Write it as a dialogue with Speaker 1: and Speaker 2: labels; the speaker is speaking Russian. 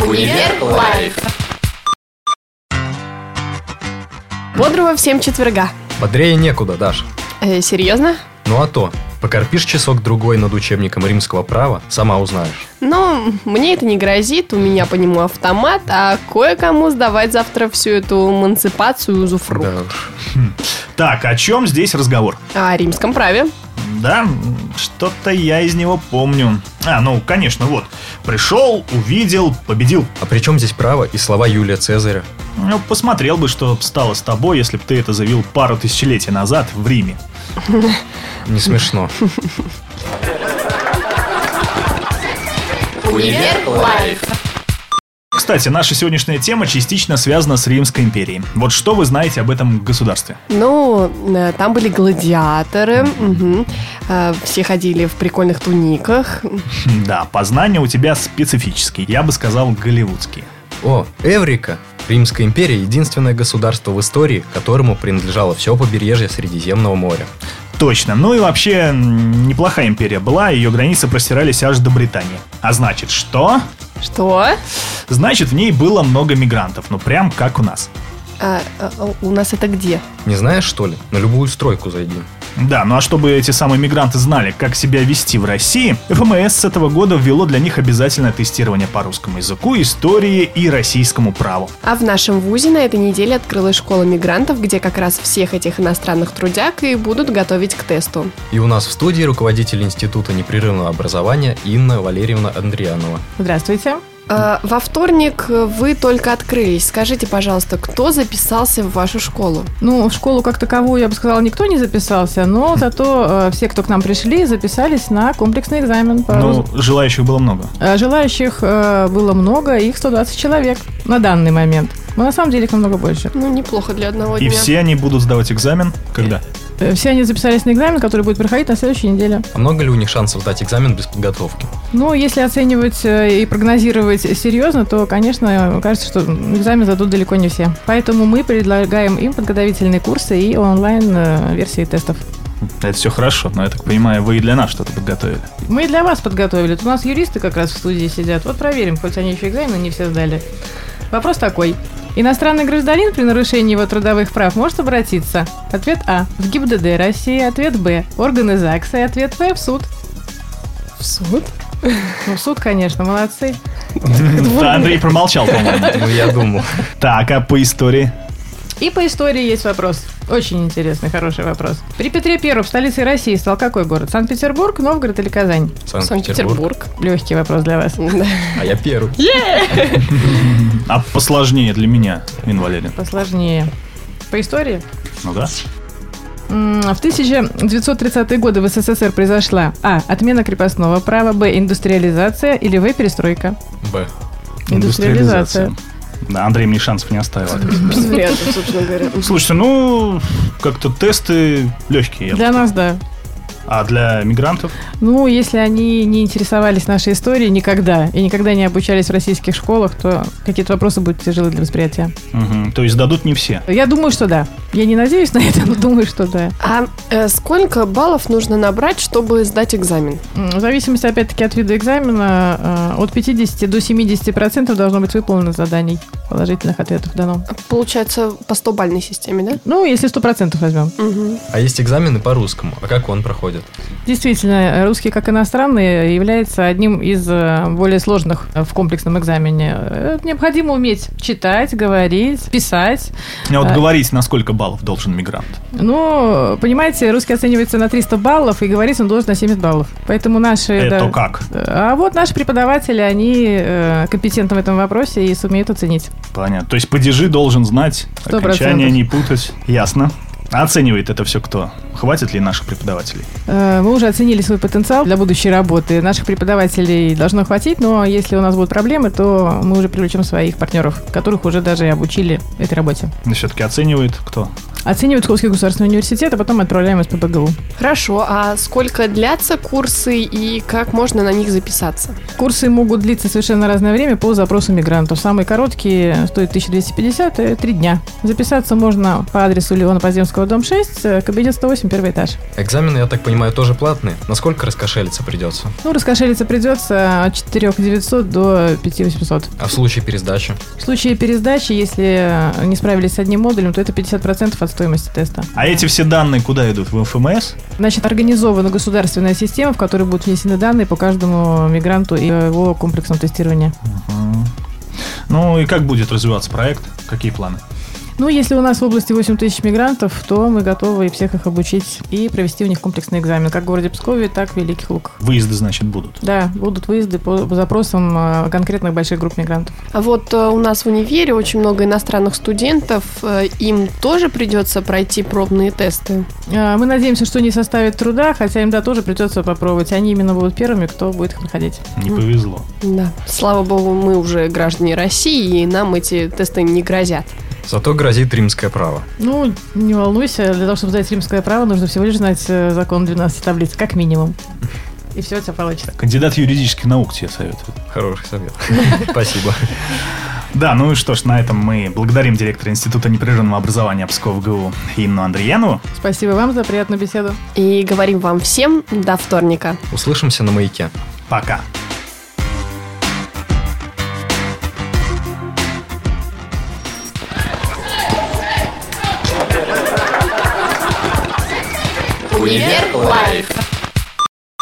Speaker 1: Универ Лайф.
Speaker 2: Бодрого всем четверга.
Speaker 3: Бодрее некуда, Даша.
Speaker 2: Э, серьезно?
Speaker 3: Ну а то, покорпишь часок-другой над учебником римского права, сама узнаешь.
Speaker 2: Ну, мне это не грозит, у меня по нему автомат, а кое-кому сдавать завтра всю эту эмансипацию узуфру.
Speaker 3: Да уж.
Speaker 4: Так, о чем здесь разговор?
Speaker 2: О А, римском праве.
Speaker 4: Да, м, что-то я из него помню. А, ну, конечно, вот. Пришел, увидел, победил.
Speaker 3: А при чем здесь право и слова Юлия Цезаря?
Speaker 4: Ну, посмотрел бы, что б стало с тобой, если бы ты это завел пару тысячелетий назад в Риме.
Speaker 3: Не смешно.
Speaker 1: Универ Лайф.
Speaker 4: Кстати, наша сегодняшняя тема частично связана с Римской империей. Вот что вы знаете об этом государстве?
Speaker 2: Ну, э, там были гладиаторы, мгм. Э, все ходили в прикольных туниках.
Speaker 4: Хм, Да, познания у тебя специфические, я бы сказал, голливудские.
Speaker 3: О, Эврика! Римская империя – единственное государство в истории, которому принадлежало все побережье Средиземного моря.
Speaker 4: Точно. Ну и вообще, м, неплохая империя была, ее границы простирались аж до Британии. А значит, что?
Speaker 2: Что?
Speaker 4: Значит, в ней было много мигрантов, ну прям как у нас.
Speaker 2: А, а, у нас это где?
Speaker 3: Не знаешь, что ли? На любую стройку зайди.
Speaker 4: Да, ну а чтобы эти самые мигранты знали, как себя вести в России, ФМС с этого года ввело для них обязательное тестирование по русскому языку, истории и российскому праву.
Speaker 2: А в нашем вузе на этой неделе открылась школа мигрантов, где как раз всех этих иностранных трудяг и будут готовить к тесту.
Speaker 3: И у нас в студии руководитель Института непрерывного образования Инна Валерьевна Андрианова.
Speaker 5: Здравствуйте.
Speaker 2: Э, Во вторник вы только открылись. Скажите, пожалуйста, кто записался в вашу школу?
Speaker 5: Ну, в школу как таковую, я бы сказала, никто не записался, но зато э, все, кто к нам пришли, записались на комплексный экзамен по
Speaker 4: Ну,
Speaker 5: розу-
Speaker 4: желающих было много.
Speaker 5: Э, Желающих э, было много, их 120 человек на данный момент. Но на самом деле их намного больше.
Speaker 2: Ну, неплохо для одного
Speaker 4: И
Speaker 2: дня.
Speaker 4: все они будут сдавать экзамен, когда?
Speaker 5: Э, Все они записались на экзамен, который будет проходить на следующей неделе.
Speaker 3: А много ли у них шансов сдать экзамен без подготовки?
Speaker 5: Ну, если оценивать э, и прогнозировать серьезно, то, конечно, кажется, что экзамен задут далеко не все. Поэтому мы предлагаем им подготовительные курсы и онлайн-версии тестов.
Speaker 4: Это все хорошо, но я так понимаю, вы и для нас что-то подготовили.
Speaker 5: Мы для вас подготовили. Тут у нас юристы как раз в студии сидят. Вот проверим, хоть они еще экзамены не все сдали. Вопрос такой. Иностранный гражданин при нарушении его трудовых прав может обратиться? Ответ А. В ГИБДД России. Ответ Б. Органы ЗАГСа. И ответ В. В суд.
Speaker 2: В суд?
Speaker 5: Ну, в суд, конечно, молодцы.
Speaker 4: Да, Андрей промолчал, по-моему.
Speaker 3: Ну, я думал.
Speaker 4: Так, а по истории?
Speaker 5: И по истории есть вопрос. Очень интересный, хороший вопрос. При Петре Первом столицей России стал какой город? Санкт-Петербург, Новгород или Казань?
Speaker 3: Санкт-Петербург.
Speaker 2: Санкт-Петербург.
Speaker 5: Легкий вопрос для вас.
Speaker 2: Да.
Speaker 3: А я первый.
Speaker 4: А посложнее для меня, Инна Валерьевна.
Speaker 5: Посложнее. По истории?
Speaker 4: Ну да.
Speaker 5: М, В 1930-е годы в СССР произошла А. Отмена крепостного права, Б. Индустриализация или В. Перестройка.
Speaker 3: Б.
Speaker 5: Индустриализация.
Speaker 4: Да, Андрей мне шансов не оставил.
Speaker 2: Без вариантов, собственно говоря.
Speaker 4: Слушайте, ну, как-то тесты легкие. я бы
Speaker 5: Для
Speaker 4: сказал.
Speaker 5: нас, да.
Speaker 4: А для мигрантов?
Speaker 5: Ну, если они не интересовались нашей историей никогда и никогда не обучались в российских школах, то какие-то вопросы будут тяжелы для восприятия.
Speaker 4: Мгм, То есть дадут не все.
Speaker 5: Я думаю, что да. Я не надеюсь на это, но думаю, что да.
Speaker 2: А э, сколько баллов нужно набрать, чтобы сдать экзамен?
Speaker 5: М, В зависимости, опять-таки, от вида экзамена, э, от 50 до 70% должно быть выполнено заданий положительных ответов дано.
Speaker 2: Получается, по 100-бальной системе,
Speaker 5: Ну, если 100% возьмем.
Speaker 2: да? Угу.
Speaker 3: А есть экзамены по русскому. А как он проходит?
Speaker 5: Действительно, русский как иностранный является одним из э, более сложных э, в комплексном экзамене. Э, Необходимо уметь читать, говорить, писать.
Speaker 4: А вот
Speaker 5: А.
Speaker 4: говорить, на сколько баллов должен мигрант?
Speaker 5: Но, понимаете, русский оценивается на 300 баллов, и говорить он должен на 70 баллов. Поэтому наши...
Speaker 4: Это
Speaker 5: да,
Speaker 4: как?
Speaker 5: а вот наши преподаватели, они э, компетентны в этом вопросе и сумеют оценить.
Speaker 4: Понятно. То есть падежи должен знать,
Speaker 5: Сто
Speaker 4: окончания
Speaker 5: процентов.
Speaker 4: не путать. Ясно. А Оценивает это все кто? Хватит ли наших преподавателей?
Speaker 5: Э, Мы уже оценили свой потенциал для будущей работы. Наших преподавателей должно хватить, но если у нас будут проблемы, то мы уже привлечем своих партнеров, которых уже даже и обучили этой работе.
Speaker 4: Но все-таки Ну, оценивает кто?
Speaker 5: Оценивает Псковский государственный университет, а потом отправляем из ПБГУ.
Speaker 2: Хорошо, а сколько длятся курсы и как можно на них записаться?
Speaker 5: Курсы могут длиться совершенно разное время по запросу мигрантов. Самые короткие стоят 1250, э, три дня. Записаться можно по адресу Леона Поземского, дом 6, э, кабинет 108, первый этаж.
Speaker 3: Экзамены, я так понимаю, тоже платные. Насколько раскошелиться придется?
Speaker 5: Ну, раскошелиться придется от 4900 до 5800.
Speaker 3: А в случае пересдачи?
Speaker 5: В случае пересдачи, если э, не справились с одним модулем, то это 50% от стоимости теста.
Speaker 4: А эти все данные куда идут? В ФМС?
Speaker 5: Значит, организована государственная система, в которой будут внесены данные по каждому мигранту и его комплексном тестировании.
Speaker 4: Мгм. Ну и как будет развиваться проект? Какие планы?
Speaker 5: Ну, если у нас в области 8 тысяч мигрантов, то мы готовы всех их обучить и провести у них комплексный экзамен, как в городе Пскове, так и в Великих Луках.
Speaker 4: Выезды, значит, будут.
Speaker 5: Да, будут выезды по, по запросам э, конкретных больших групп мигрантов.
Speaker 2: А вот э, у нас в универе очень много иностранных студентов, э, им тоже придется пройти пробные тесты.
Speaker 5: Э, Мы надеемся, что не составит труда, хотя им, да, тоже придется попробовать. Они именно будут первыми, кто будет их проходить.
Speaker 4: Не
Speaker 2: Мгм.
Speaker 4: повезло.
Speaker 2: Да. Слава богу, мы уже граждане России, и нам эти тесты не грозят.
Speaker 3: Зато грозит римское право.
Speaker 5: Ну, не волнуйся, для того, чтобы сдать римское право, нужно всего лишь знать э, закон 12 таблиц, как минимум. И все у тебя получится.
Speaker 4: Кандидат юридических наук тебе советую.
Speaker 3: Хороший совет. Спасибо.
Speaker 4: Да, ну и что ж, на этом мы благодарим директора Института непрерывного образования Псков ГУ Инну Андреянову.
Speaker 5: Спасибо вам за приятную беседу.
Speaker 2: И говорим вам всем до вторника.
Speaker 3: Услышимся на маяке.
Speaker 4: Пока.
Speaker 1: Универ Лайф.